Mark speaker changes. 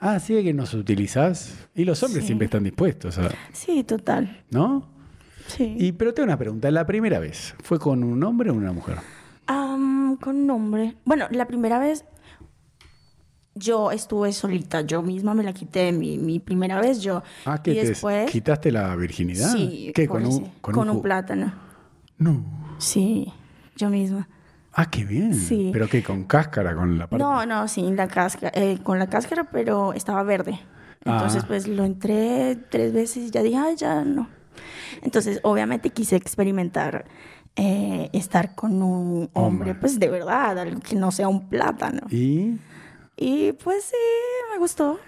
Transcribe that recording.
Speaker 1: ah, sí, que nos utilizás. Y los hombres
Speaker 2: Sí.
Speaker 1: siempre están dispuestos, a,
Speaker 2: Sí, total.
Speaker 1: ¿no?
Speaker 2: Sí.
Speaker 1: Y, pero tengo una pregunta. ¿La primera vez fue con un hombre o una mujer?
Speaker 2: Am, con nombre. Bueno, la primera vez yo estuve solita, yo misma me la quité mi, mi primera vez yo.
Speaker 1: Ah, que
Speaker 2: y
Speaker 1: te
Speaker 2: después
Speaker 1: quitaste la virginidad.
Speaker 2: sí,
Speaker 1: ¿Qué? ¿Con
Speaker 2: por
Speaker 1: un,
Speaker 2: ese-
Speaker 1: con
Speaker 2: con
Speaker 1: un
Speaker 2: un
Speaker 1: ju-
Speaker 2: plátano.
Speaker 1: No.
Speaker 2: Sí, yo misma.
Speaker 1: Ah, qué bien.
Speaker 2: Sí.
Speaker 1: ¿Pero qué? ¿Con cáscara? ¿Con la parte?
Speaker 2: No, no, sin la cáscara, eh, con la cáscara, pero estaba verde. Entonces,
Speaker 1: Ah.
Speaker 2: pues lo entré tres veces y ya dije, ay, ya no. Entonces, obviamente quise experimentar eh, estar con un hombre,
Speaker 1: Hombre.
Speaker 2: pues de verdad, algo que no sea un plátano.
Speaker 1: ¿Y?
Speaker 2: Y pues sí, me gustó.